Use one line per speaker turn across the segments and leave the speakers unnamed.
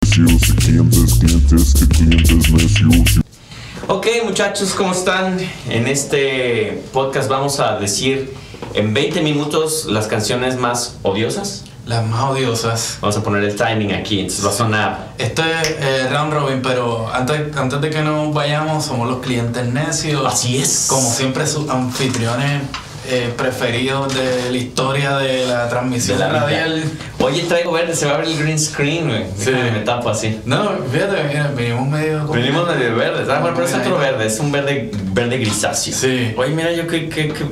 necios y clientes, clientes, que clientes necios.
Ok muchachos, ¿cómo están? En este podcast vamos a decir en 20 minutos las canciones más odiosas.
Las más odiosas.
Vamos a poner el timing aquí, entonces va a sonar.
Esto es eh, round robin, pero antes, antes de que nos vayamos, somos los clientes necios.
Así es.
Como siempre, sus anfitriones eh, preferidos de la historia de la transmisión
De la vida.
radial.
Oye, traigo verde, se va a abrir el green screen, güey.
Sí.
Déjame, Me tapo así.
No, fíjate, mira, venimos medio. como-
Venimos de verde, ¿sabes? Bueno, pero es
Mira,
otro
ahí.
verde, es un verde, verde grisáceo.
Sí.
Oye, mira, yo que, que- que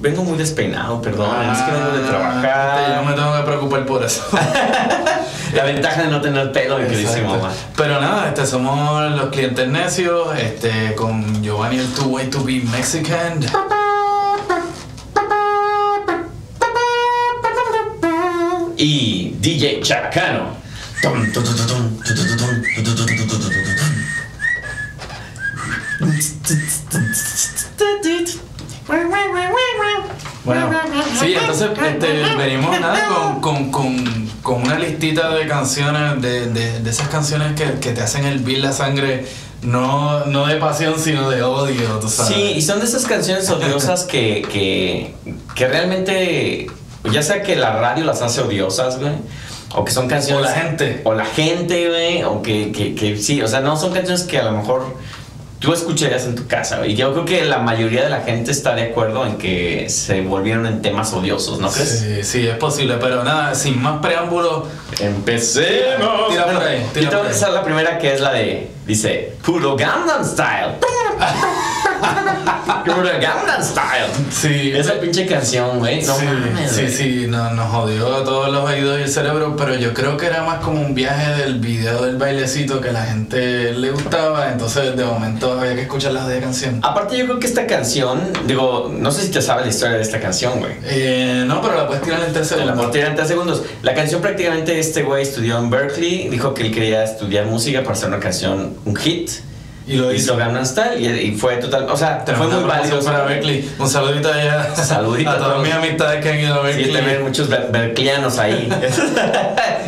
vengo muy despeinado, perdón. es que vengo de
Ah, Yo
trabajar.
me tengo que preocupar por eso.
La ventaja de no tener pelo, mi queridísimo
Exacto.
mamá.
Pero nada, este, somos los clientes necios, este, con Giovanni el Two Way to Be Mexican.
Y DJ Chacano.
Bueno, sí, entonces este, venimos nada con, con- con- con una listita de canciones, de, de- de esas canciones que, que te hacen hervir la sangre, no, no de pasión, sino de odio, tú sabes.
Sí, y son de esas canciones odiosas que, que, que realmente, ya sea que la radio las hace odiosas, güey, o que son canciones...
O la gente.
O la gente, güey, o que, que, que sí, o sea, no, son canciones que a lo mejor tú escucharías en tu casa, güey. Y yo creo que la mayoría de la gente está de acuerdo en que se volvieron en temas odiosos, ¿no crees?
Sí, sí, es posible, pero nada, sin más preámbulos,
Empecemos.
Tira por
Bueno,
ahí,
yo te
tira
voy
por
a
ahí.
empezar la primera que es la de, dice, Puro Gangnam Style. Puro Gangnam Style.
sí,
Esa pinche canción, güey. No
sí,
mames,
sí,
güey.
sí, no- nos odió a todos los oídos y el cerebro, pero yo creo que era más como un viaje del video del bailecito que la gente le gustaba, entonces de momento había que escuchar la de canción.
Aparte, yo creo que esta canción, digo, no sé si te sabes la historia de esta canción, güey.
Eh, no, pero la puedes tirar en 3
Te La
segundos.
portera en tres segundos. La canción prácticamente este güey estudió en Berkeley, dijo que él quería estudiar música para hacer una canción, un hit.
Y lo hizo.
Hizo Gangnam Style y, y fue total, o sea, fue
Tremenda
muy válido.
promoción para Berkeley. Un saludito allá.
Saludito
a
a
todas
todos.
mis amistades que han ido a
Sí,
Berkeley.
también muchos ber- berkelianos ahí.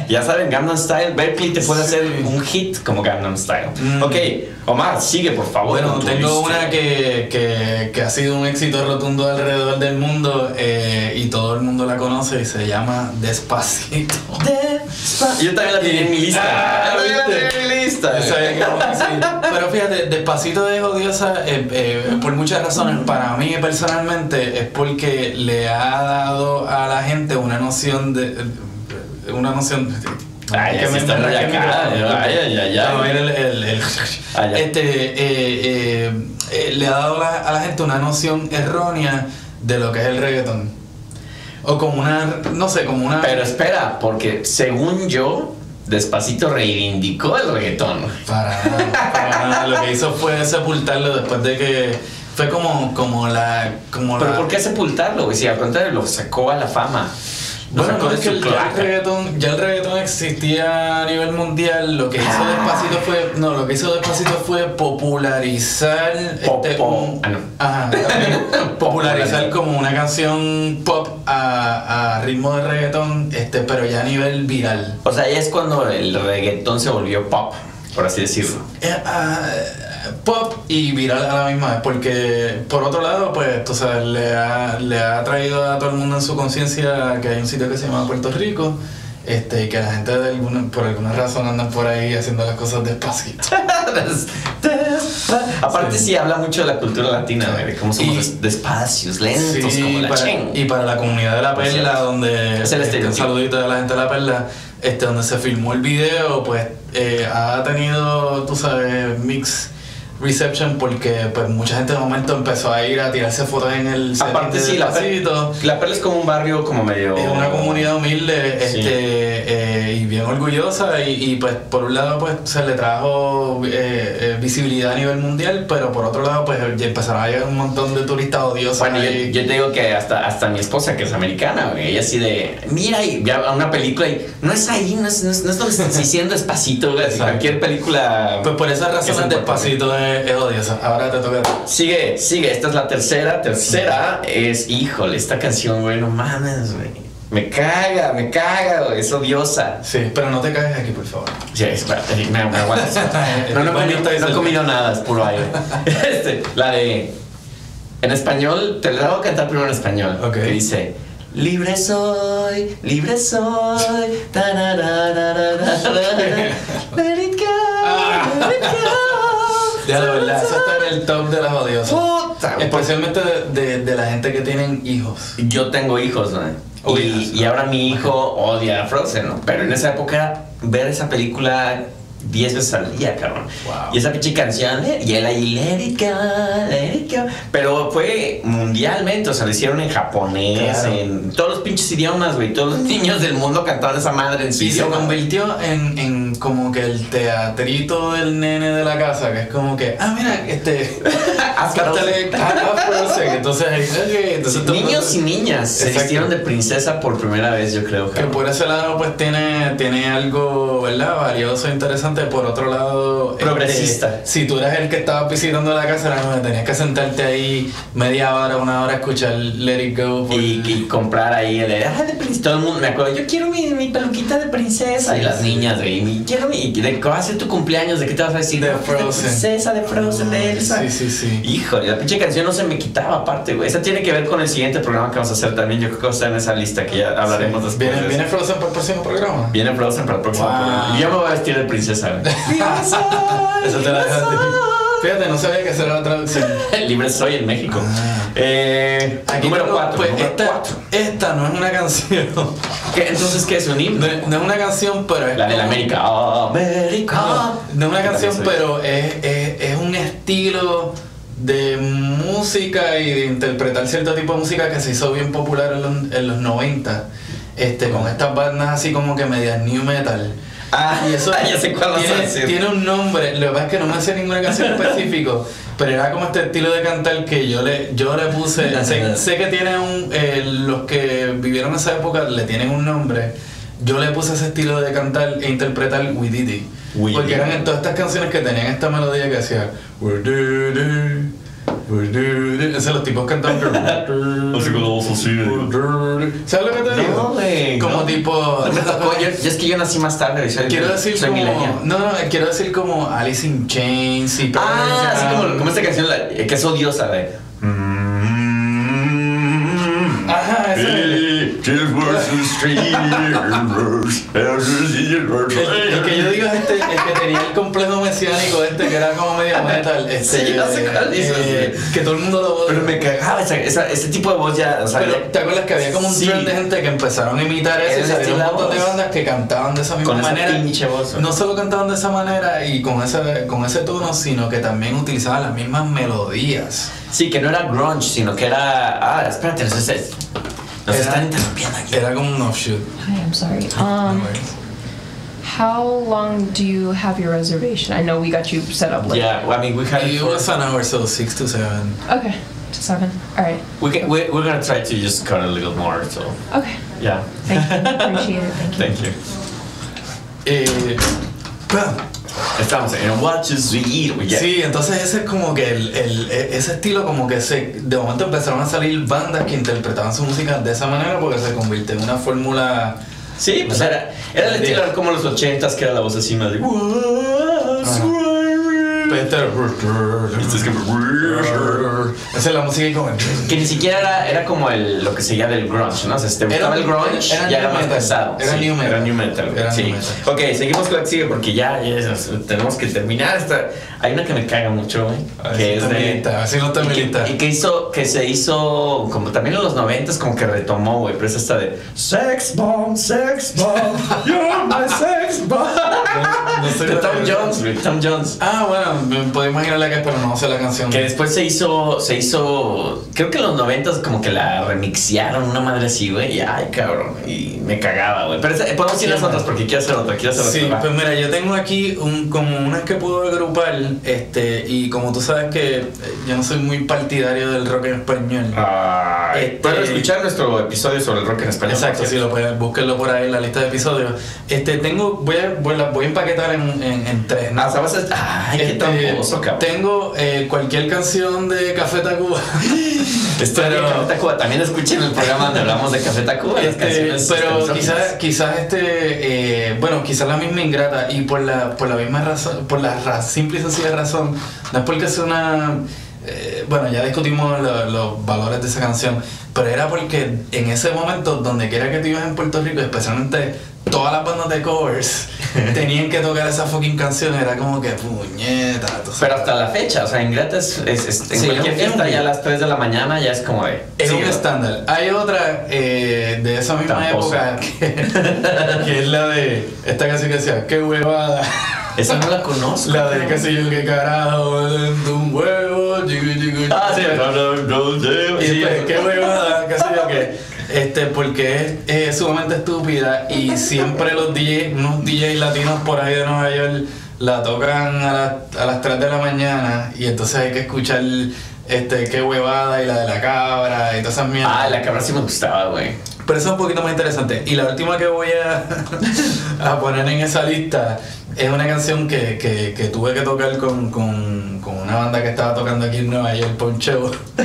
ya saben, Gangnam Style, Berkeley te puede hacer
Sí.
un hit como Gangnam Style.
Mm.
Ok, Omar, sigue por favor.
bueno,
con tu
tengo
lista.
una que, que, que ha sido un éxito rotundo alrededor del mundo eh, y todo el mundo la conoce y se llama Despacito.
Ah, Yo también la tenía en mi lista.
Ah,
Yo también la
¿viste?
tenía en mi lista.
Sabía que era así. Pero fíjate, Despacito es odiosa eh, eh, por muchas razones. Para mí personalmente es porque le ha dado a la gente una noción de... eh, Una noción...
Ay,
que
ya
me
me está
enredé
rayando
acá,
acá,
¿no?
ay, ay, ay, ay.
No, era el- el- el-
Ah, ya.
Este, eh, eh, eh, le ha dado la- a la gente una noción errónea de lo que es el reggaetón. O como una... No sé, como una...
Pero espera, porque según yo, Despacito reivindicó el reggaetón.
Para nada, para nada. Lo que hizo fue sepultarlo después de que. Fue como, como la. Como
Pero
la-
¿por qué sepultarlo? güey? Si al contrario lo sacó a la fama. Lo
Bueno,
sacó
no,
de
es que
su
el, ya, el
cloaca.
reggaetón, ya el reggaetón existía a nivel mundial. Lo que hizo
Ah.
Despacito fue. No, lo que hizo Despacito fue popularizar.
Pop,
este,
pop.
un-
Ah, no.
Ajá, también. popularizar
Popularizar.
como una canción pop a, a ritmo de reggaetón, este, pero ya a nivel viral.
O sea, ya es cuando el reggaetón se volvió pop, por así decirlo.
Eh, ah, pop y viral a la misma vez, porque por otro lado, pues, tú sabes, le ha, le ha traído a todo el mundo en su conciencia que hay un sitio que se llama Puerto Rico, este, y que la gente de alguna- por alguna razón andan por ahí haciendo las cosas despacito.
Aparte
Sí.
sí. habla mucho de la cultura latina, güey, de cómo somos
Y-
des- despacios, lentos, como la
para-
chen.
y para la comunidad de La
Por
Perla,
cierto. Es
donde
el
este, un
estereotipo.
saludito de la gente de La Perla, este, donde se filmó el video, pues eh, ha tenido, tú sabes, mix reception porque pues mucha gente de momento empezó a ir a tirarse fotos pues, en el set
Aparte
de
sí, la perla,
Despacito.
la Perla es como un barrio como medio...
Es una comunidad humilde
Sí.
este, eh, y bien orgullosa y, y, pues por un lado pues se le trajo eh, eh, visibilidad a nivel mundial, pero por otro lado pues ya empezaron a llegar un montón de turistas odiosos.
Bueno, yo,
ahí.
yo te digo que hasta, hasta mi esposa, que es americana, güey, ella así de, mira, y ya una película y no es ahí, no es, no es, no es donde estás diciendo despacito, güey, así
Exacto.
cualquier película...
Pues por esa
Es
razón
en Puerto
despacito es, es odiosa. Ahora te toca. a ti.
Sigue, sigue, esta es la tercera, tercera es, híjole, esta canción, güey, no mames, güey. Me caga, me caga, güey, es odiosa.
Sí, pero no te caes aquí, por favor.
Sí, espérate, me, me aguantas. No, no,
Bueno,
comí-
entonces-
no he comido nada, es puro aire. Este, la de. En español, te la voy a cantar primero en español.
Ok.
Que dice. Libre soy, libre soy. tarararararara, Let it go, let it go.
Ah. Ya, la verdad, eso está en el top de las odiosas.
Puta, pues,
Especialmente de, de- de la gente que tienen hijos.
yo tengo hijos, ¿no?
Oh,
Y,
hijos.
y ahora mi hijo odia a Frozen, ¿no? Pero en esa época, ver esa película 10 veces al día, cabrón.
Wow.
Y esa pinche canción, eh, y él ahí, let it go, let it go. Pero fue mundialmente, o sea, lo hicieron en japonés,
Claro. Mm.
en todos los pinches idiomas, güey. Todos los niños del mundo cantaban esa madre en su
Y se
idioma.
convirtió en, en como que el teatrito del nene de la casa, que es como que, ah, mira, este.
A
cántale, ah, Frozen. Entonces, ok, entonces todo-
Niños y niñas se
Exacto.
vistieron de princesa por primera vez, yo creo.
Que
cabrón.
por ese lado, pues tiene, tiene algo, ¿verdad? Valioso, interesante. Por otro lado, este,
Progresista.
si tú eras el que estaba visitando la casa, era como que tenías que sentarte ahí media hora, una hora a escuchar Let It Go. por-
Y, y comprar ahí el de, ah, de princesa. Todo el mundo me acuerdo, yo quiero mi, mi peluquita de princesa. y las niñas, güey, mi- quiero mi. ¿De qué va a ser tu cumpleaños? ¿De qué te vas a decir?
De
"No, pues,
Frozen. Mm,
De princesa, de Frozen, de Elsa.
Sí, sí, sí.
Híjole, la pinche canción no se me quitaba aparte, güey. Esa tiene que ver con el siguiente programa que vamos a hacer también. Yo creo que está en esa lista que ya hablaremos
Sí.
después.
Viene,
de
viene
eso.
Frozen para el próximo programa.
viene Frozen para el próximo
Wow.
programa. Y yo me voy a vestir de princesa, güey.
Eso te la dejaste. Fíjate, no sabía que esa era la traducción.
Libre soy en México.
Ah.
Eh,
Aquí
número
tengo,
4.
pues, esta, esta no es una canción.
Entonces, ¿qué es un himno?
No, es- no es una canción, pero es
La de la
como-
América. América.
No, no es una canción,
Ah, También soy.
pero es, es- es un estilo de música y de interpretar cierto tipo de música que se hizo bien popular en los, en los 90. Este, con estas bandas así como que medias new metal.
Ah, ya sé cuál vas a
tiene,
decir.
tiene un nombre, lo que pasa es que no me hace ninguna canción específico, pero era como este estilo de cantar que yo le, yo le puse. sé, sé que tiene un. eh, los que vivieron esa época le tienen un nombre. Yo le puse ese estilo de cantar e interpretar We Did It.
We Did
Porque
It.
eran en todas estas canciones que tenían esta melodía que hacía. "We did it, we did it". Ese, los tipos cantaban. que,
Así con la voz así.
"We did it". ¿Sabes lo que te digo?
No, güey,
Como
no.
tipo.
No me tocó, yo- yo es que yo nací más tarde. soy-
Quiero decir
soy
como.
millennial.
No, no, eh, quiero decir como Alice in Chains y
Ah, así como, como esta canción la- eh, que es odiosa, de.
Ajá, esa es. El, el que yo digo es este, el que tenía el complejo mesiánico este, que era como medio metal. Este,
Sí, no sé cuál dices,
eh, Que todo el mundo lo
Pero me cagaba esa- esa- ese tipo de voz ya. O sea,
Pero,
ya-
¿te acuerdas que había como un
Sí.
trend de gente que empezaron a imitar eso? Y
Ese
salieron
estilo
un montón de
voz.
bandas que cantaban de esa misma
Con esa
manera.
pinche voz.
No solo cantaban de esa manera y con ese, con ese tono, sino que también utilizaban las mismas melodías.
Sí, que no era grunge, sino que era. Ah, espérate, nos, es- nos
Era-
están interrumpiendo aquí.
Era como un offshoot.
Hi, I'm sorry.
No
Um,
worries.
how long do you have your reservation? I know we got you set up late.
Yeah, I mean, we had.
It was an hour, so six to seven.
Okay, to seven. All right.
We can, we, we're gonna try to just cut a little more, so.
Okay.
Yeah,
Thank you. Appreciate it. Thank you.
thank you.
Eh, pa.
Estamos en What is the Eat. Yeah.
Sí, entonces ese es como que el, el- e- ese estilo como que se de momento empezaron a salir bandas que interpretaban su música de esa manera porque se convirtió en una fórmula
Sí, pues era, era el estilo como los ochentas que era la voz así más de.
Peter.
Esto es que-
Esa es la música y como
Que ni siquiera era, era como el, lo que seguía del grunge, ¿no? O sea, te gustaba
Era-
el grunge
era- era
y era
new
más
metal.
pesado.
Era
sí,
new metal.
Era new metal.
Era
sí.
new metal.
Ok, seguimos con la que sigue porque ya, ya es- tenemos que terminar. Esta. Hay una que me caga mucho, güey.
Ah,
Que es de.
Así no está
Y que-
milita.
Y que hizo, que se hizo, como también en los noventas, como que retomó, güey, pero es esta de Sex Bomb, Sex Bomb, You're my Sex Bomb.
No sé
de
lo
Tom
que-
Jones, güey, Tom Jones.
Ah, bueno, me puedo imaginar la que es, pero no sé la canción.
Que después se hizo, se hizo, creo que en los noventas como que la remixiaron, una madre así, güey, y ay, cabrón, y me cagaba, güey. Pero esa- eh, podemos ir a las
Sí,
otras porque quiero hacer otra, quiero hacer
Sí,
otra. va.
pues mira, yo tengo aquí un, como unas que puedo agrupar, este, y como tú sabes que eh, yo no soy muy partidario del rock en español.
Ah, Ay,
Este-
pueden escuchar nuestro episodio sobre el rock en español.
Exacto,
por
sí,
cierto.
lo pueden, búsquenlo por ahí en la lista de episodios. Este, tengo, voy a, voy, las voy a empaquetar en, en, en tres. ¿no?
Ah, o sea, vas a- Ay, qué
Este,
tramposo, cabrón.
tengo eh, cualquier canción de Café Tacuba.
Este,
pero-
Café Tacuba. También escuchen el programa donde hablamos de Café Tacuba. las
Este,
canciones
pero
misóginas.
quizás quizás este eh, bueno quizás la misma ingrata y por la por la misma razón por la ra- simple y sencilla razón no es porque es una eh, bueno ya discutimos lo- los valores de esa canción pero era porque en ese momento donde quiera que tú ibas en Puerto Rico especialmente todas las bandas de covers tenían que tocar esa fucking canción era como que puñeta tú sabes.
Pero hasta la fecha, o sea, Ingrata es, es- es- en
Sí,
cualquier
es un-
fiesta ya a las 3 de la mañana ya es como de...
Es
sí,
un
¿no?
estándar. Hay otra eh, de esa misma
Tramposa.
época que, que es la de esta canción que decía, qué huevada.
Esa no la conozco.
La de qué sé yo, qué carajo, de un huevo, chicu, chicu,
Ah, sí.
chicu". Y
Sí,
después,
yo-
qué huevada, qué sé yo qué. Este, porque es, es sumamente estúpida y siempre los DJs, unos DJs latinos por ahí de Nueva York la tocan a, las- a las 3 de la mañana y entonces hay que escuchar este, qué huevada y la de la cabra y todas esas mierdas.
Ah, la cabra sí me gustaba, güey.
Pero eso es un poquito más interesante. Y la última que voy a, a poner en esa lista es una canción que, que- que tuve que tocar con, con- con una banda que estaba tocando aquí en Nueva York, Poncheo.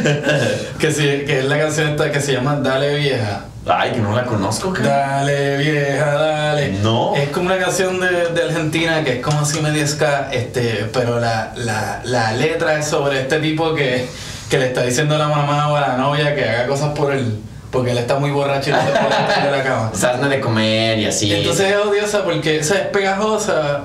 que, sí- que es la canción esta que se llama Dale Vieja.
Ay, que no la conozco, cabrón.
Dale vieja, dale.
No.
Es como una canción de, de Argentina que es como así media ska, este, pero la, la, la letra es sobre este tipo que, que le está diciendo a la mamá o a la novia que haga cosas por él, porque él está muy borracho y no se puede levantar de la cama.
O sea, hazme de comer y así.
Y entonces es odiosa porque o sea, es pegajosa,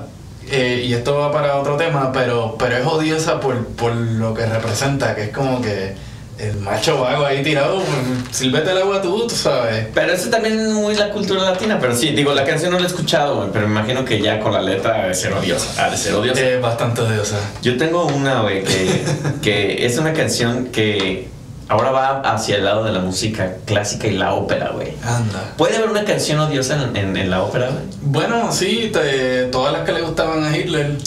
eh, y esto va para otro tema, pero, pero es odiosa por, por lo que representa, que es como que el macho vago ahí tirado, pues, sírvete el agua tú, tú sabes.
Pero eso también es muy la cultura latina, pero sí, digo, la canción no la he escuchado, güey, pero me imagino que ya con la letra ha de ser odiosa. Ha de ser odiosa.
Es bastante odiosa.
Yo tengo una, güey, que, que es una canción que ahora va hacia el lado de la música clásica y la ópera, güey.
Anda.
¿Puede haber una canción odiosa en, en- en la ópera, güey?
Bueno, sí, te- todas las que le gustaban a Hitler.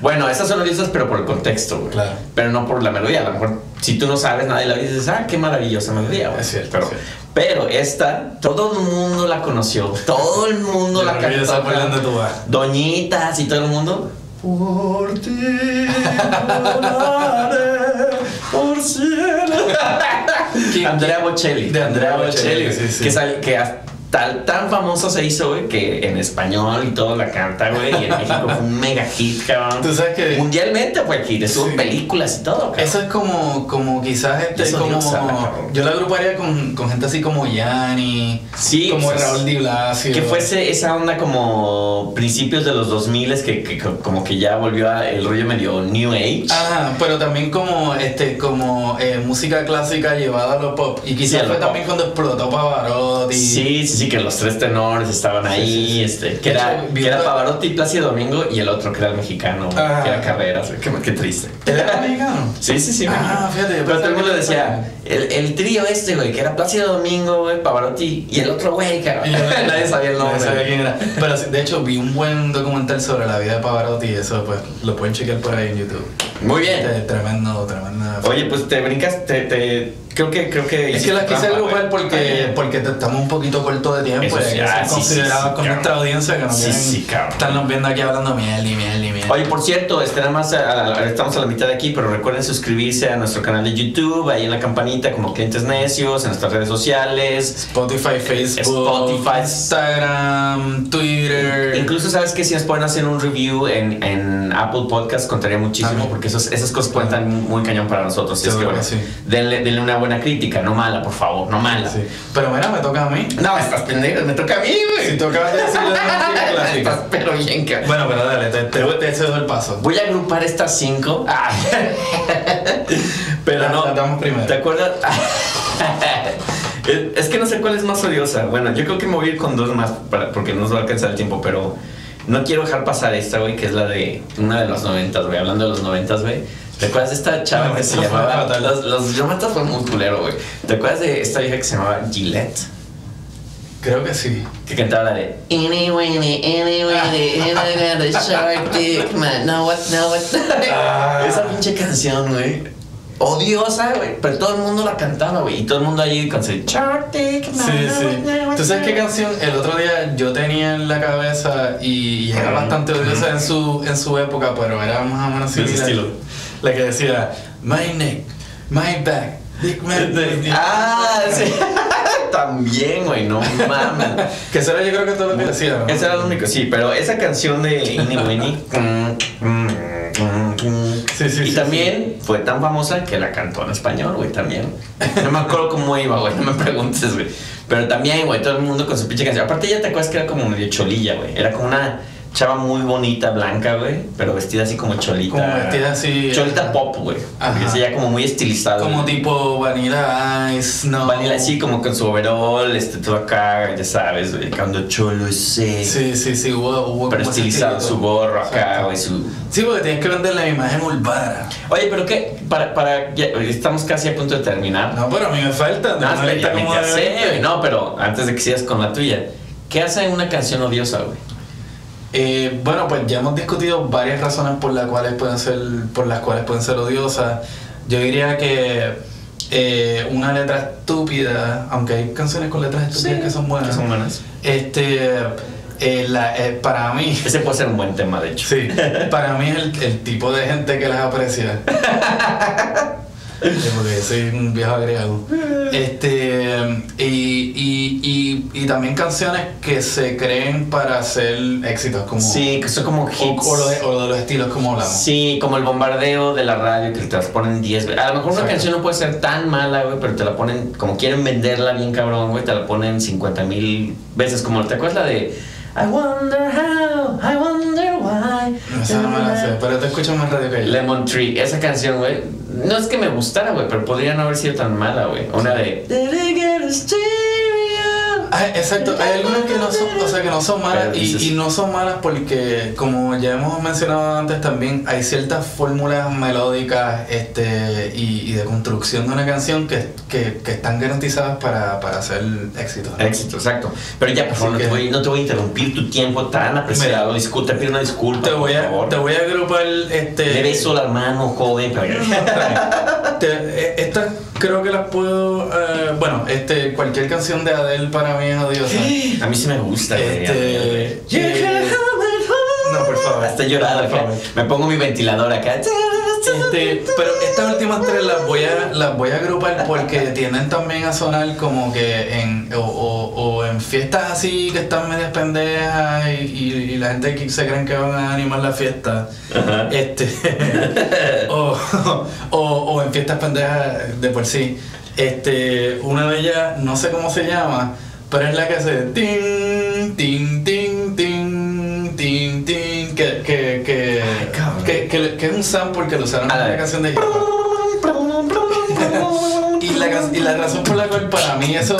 Bueno, esas son odiosas, pero por el contexto, güey.
Claro.
Pero no por la melodía. A lo mejor, si tú no sabes, nadie la oye y dices, ah, qué maravillosa melodía, güey.
Es cierto,
Pero,
es cierto.
pero esta, todo el mundo la conoció. Todo el mundo la
Yo
cantó.
estaba
cabrón.
hablando de tu bar.
Doñitas y todo el mundo. Por ti volaré, por cielo.
¿Quién-
Andrea Bocelli.
De Andrea Bocelli,
güey,
sí, sí.
Que, sal- que hasta tan, tan famoso se hizo, güey, que en español y todo la canta, güey. Y en México fue un mega hit, cabrón.
Tú sabes que-
Mundialmente fue hit. Estuvo en
Sí.
películas y todo, cabrón.
Eso es como, como quizás este,
Eso
como,
odiosa, la cabrón.
yo la agruparía con, con gente así como Yanni,
Sí,
como
pues,
Raúl Di Blasio.
Que fuese esa onda como principios de los 2000 que, que co- como que ya volvió a el rollo medio New Age.
Ajá, pero también como este como eh, música clásica llevada a lo pop. Y
Sí, a
quizás
lo
fue
pop.
también cuando explotó Pavarotti.
Sí, sí, sí, que los tres tenores estaban ahí,
sí, sí.
este, que
De
era,
hecho,
que era
viendo-
Pavarotti, Plácido Domingo y el otro que era el mexicano, güey,
Ah.
que era Carreras, güey, qué, qué triste.
¿Él era mexicano?
Sí, sí, sí.
Ah,
mexicano.
fíjate, yo
Pero
pensaba
todo el
que
mundo
era
decía,
español.
el, el trío este, güey, que era Plácido Domingo, güey, Pavarotti y el otro güey, cabrón.
Y yo-
Nadie sabía el nombre.
Nadie sabía
güey.
quién era. Pero sí, de hecho vi un buen documental sobre la vida de Pavarotti y eso pues lo pueden chequear por ahí en YouTube.
Muy bien.
Este, tremendo, tremendo.
Oye, pues te brincas, te, te- creo que, creo que.
es que
hiciste
las quise
trampa,
agrupar
güey.
porque, porque te- estamos un poquito cortos de tiempo
Eso sí,
y hay que
ah,
ser
sí, sí,
considerados
sí,
con nuestra
cabrón.
audiencia que nos
Sí,
quieren-
sí, cabrón.
están nos viendo aquí hablando miel y miel y miel.
Oye, por cierto, este, nada más a- a- a- estamos a la mitad de aquí, pero recuerden suscribirse a nuestro canal de YouTube, ahí en la campanita como clientes necios, en nuestras redes sociales.
Spotify, Facebook,
eh, Spotify.
Instagram, Twitter.
Incluso sabes que si nos pueden hacer un review en, en Apple Podcast contaría muchísimo
Amén.
porque esos- esas cosas cuentan muy cañón para nosotros. Y es que,
Seguro
bueno,
que sí.
denle, denle una buena crítica, no mala, por favor, no mala.
Sí. Pero mira, me toca a mí.
No, estás pendejo, me toca a mí, güey.
Si tocaba decir la
Estás
música clásica.
pero bien, cabrón.
Bueno, pero dale, te, te, te cedo el paso.
Voy a agrupar estas cinco. Ah. Pero
La-
no.
la damos primero.
¿Te acuerdas? Es- es que no sé cuál es más odiosa. Bueno, yo creo que me voy a ir con dos más para- porque no nos va a alcanzar el tiempo, pero no quiero dejar pasar esta, güey, que es la de una de los noventas, güey. Hablando de los noventas, güey. ¿Te acuerdas de esta chava
No,
que
eso
se
fue
llamaba?
fatal.
Los, los noventas fue muy culero, güey. ¿Te acuerdas de esta vieja que se llamaba Gillette?
Creo que sí.
Que cantaba la de Any weeny, any weeny, and I got a shark dick, man. Now what, now what?
Ah.
Esa pinche canción, güey. odiosa, güey, pero todo el mundo la cantaba, güey, y todo el mundo ahí con su Chartic,
Sí, sí. ¿Tú sabes qué canción? El otro día yo tenía en la cabeza y era bastante odiosa en su, en su época, pero era más o menos
De ese
similar.
estilo.
La que decía, my neck, my back, big man. big-"
Ah, sí. También, güey, no mames.
Que eso era yo creo que todo lo que decía. ¿no?
Ese era lo único, sí, pero esa canción de Innie Winnie.
Sí, sí,
y
sí,
también fue tan famosa que la cantó en español, güey, también. No me acuerdo cómo iba, güey, no me preguntes, güey. Pero también, güey, todo el mundo con su pinche canción. Aparte, ya te acuerdas que era como medio cholilla, güey. Era como una chava muy bonita, blanca, güey, pero vestida así como cholita.
Como vestida así.
Cholita pop, güey.
Ajá.
Así ya como muy estilizado.
Como
güey.
tipo Vanilla Ice, no.
Vanilla así como con su overall, este, todo acá, ya sabes, güey, cuando cholo sé.
Sí, sí, sí, hubo, hubo
Pero
como ese
estilizado
estilo.
su gorro acá,
Exacto.
güey, su...
Sí, porque tienes que vender la imagen urbana.
Oye, pero qué, para, para, ya, estamos casi a punto de terminar.
No, pero a mí me falta.
No,
no, ahorita
ya me
como de-
casé, güey, no, pero antes de que sigas con la tuya, ¿qué hace una canción odiosa, güey?
Eh, bueno, pues ya hemos discutido varias razones por las cuales pueden ser, por las cuales pueden ser odiosas. Yo diría que eh, una letra estúpida, aunque hay canciones con letras estúpidas Pues que son buenas.
Que son buenas.
Este, eh, la- eh, para mí,
Ese puede ser un buen tema, de hecho.
sí, para mí es el, el tipo de gente que las aprecia. Sí, Porque soy un viejo agregado. Este, y, y, y, y también canciones que se creen para ser éxitos, como
Sí, que son como
o,
hits.
o lo de, o lo de los estilos como hablamos.
Sí, como el bombardeo de la radio que te las ponen 10 veces. A lo mejor una
Exacto.
canción no puede ser tan mala, güey, pero te la ponen, como quieren venderla bien cabrón, güey, te la ponen 50 mil veces. Como, ¿te acuerdas la de I wonder how, I wonder why?
No sé, no me la sé, pero te escucho más radio que yo.
Lemon Tree, esa canción, güey, no es que me gustara, güey, pero podría no haber sido tan mala, güey. Una de Did I get a stereo?
Ah, exacto, hay algunas que no son, o sea, que no son malas
Pero dices-
y, y no son malas porque como ya hemos mencionado antes también hay ciertas fórmulas melódicas este, y, y de construcción de una canción que, que, que están garantizadas para, para ser éxitos. ¿no?
Éxito, exacto. Pero ya, por
Así
favor, no,
que-
te voy, no te voy a interrumpir tu tiempo tan apreciado. Disculpa, te pido una disculpa.
Te voy
por
a,
favor.
te voy a agrupar este.
Le beso la mano, joven. pero-
Te- eh, Estas creo que las puedo. eh, bueno, este, cualquier canción de Adele para mí es odiosa.
A mí sí me gusta. güey.
Este,
You can have it all.
No, por favor.
Hasta llorado
Por
acá.
favor.
Me pongo mi ventilador acá.
Este, pero estas últimas tres las voy a las voy a agrupar porque tienden también a sonar como que en o, o- o en fiestas así que están medias pendejas y, y- y la gente que se creen que van a animar la fiesta. Este o, o, o en fiestas pendejas de por sí. Este, una de ellas, no sé cómo se llama, pero es la que hace tin, tin, tin, tin, tin, tin, que, que, que,
Ay, cabrón.
que, que- que es un sample que lo usaron
A
en
la
la
vez.
canción de y la, can- y la razón por la cual para mí eso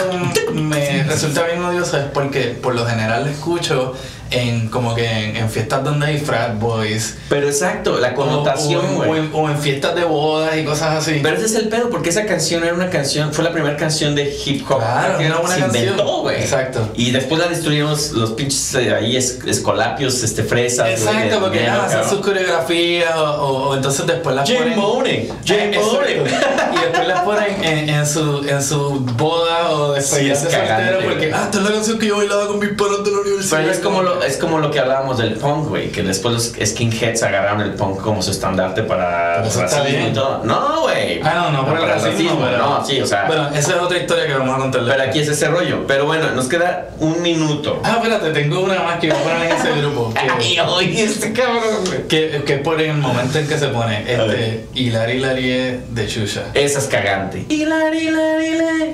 me resulta bien odioso es porque por lo general la escucho en como que en, en fiestas donde hay frat boys
Pero exacto, la connotación,
o, o en- o
güey.
en, o en fiestas de bodas y cosas así.
Pero ese es el pedo, porque esa canción era una canción, fue la primera canción de hip hop.
Claro,
que
era una
se
canción.
inventó, güey.
Exacto.
Y después la destruyeron los, los pinches eh, ahí es- escolapios, este, fresas. güey,
Exacto,
de-
porque
de-
nada,
cabrón.
hacen sus coreografías o, o- o entonces después las
Jay
ponen.
Mooney, Jay
Ah, exacto.
Mooney.
Y después las ponen en, en su, en su boda o después
Sí,
ya
es
se soltero
cagante,
porque,
güey.
ah, esta es la canción que yo bailaba con mis panos de la universidad.
Pero es como, lo, es como lo que hablábamos del punk, güey, que después los skinheads agarraron el punk como su estandarte para
Pero eso está
racismo y
bien.
todo. No, güey.
Ah, no, no, por el
para
racismo, pero-
No, sí, o sea.
Bueno, esa es otra historia que vamos a contarle.
pero aquí es ese rollo. Pero bueno, nos queda un minuto.
Ah, espérate, tengo una más que voy a poner en ese grupo. que-
Ay, oye, este cabrón, güey.
Que, que por el momento en que se pone
ver.
este Hilari Larie de Chucha.
Esa es cagante.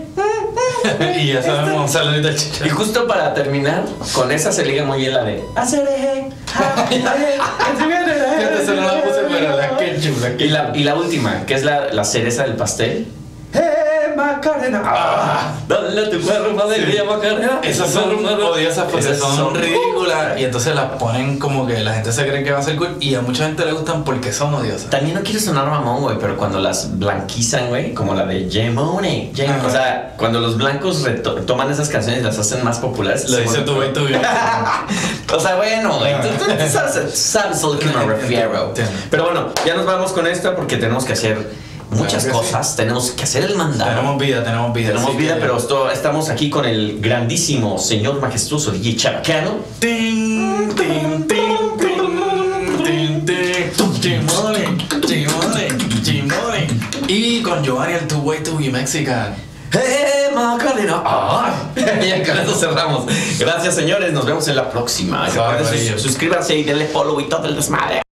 y ya sabemos, saludito al Chucha.
Y justo para terminar, con esa se liga muy bien la de hacer eje, ja, eje,
Fíjate, se la puse, pero la que chula,
y
que
la, y la última, que es la, la cereza del pastel. ¡Eh, Macarena! Ah, ¡Dale a tu perro madre, Macarena!
Esas son odiosas porque
Esas
son,
son-
ridículas. Y entonces las ponen como que la gente se cree que va a ser cool. Y a mucha gente le gustan porque son odiosas.
También no quiero sonar mamón, güey, pero cuando las blanquizan, güey, como la de Gemone.
Ajá.
O sea, cuando los blancos reto- toman esas canciones y las hacen más populares.
Lo
se
dice
vuelve-
tu güey, tu güey.
O sea, bueno, güey, tú, tú- tú sabes, sabes a lo que me refiero.
Entiendo.
Pero bueno, ya nos vamos con esta porque tenemos que hacer muchas
Claro que
cosas. Tenemos que hacer el mandado.
Tenemos
Tenemos,
vida, tenemos vida. así
vida,
que-
pero esto- estamos aquí con el grandísimo señor majestuoso DJ Chabacano.
Ting, ting, ting, ting, ting, ting. Chimone, chimone, chimone. Y con Giovanni el Two Way to Be Mexican.
¡Eh, Macarena! ¡Ah! Y con eso cerramos. Gracias, señores. Nos vemos en la próxima. Y
Claro,
recuerden, sus-
ellos.
suscríbanse y denle follow y todo el desmadre.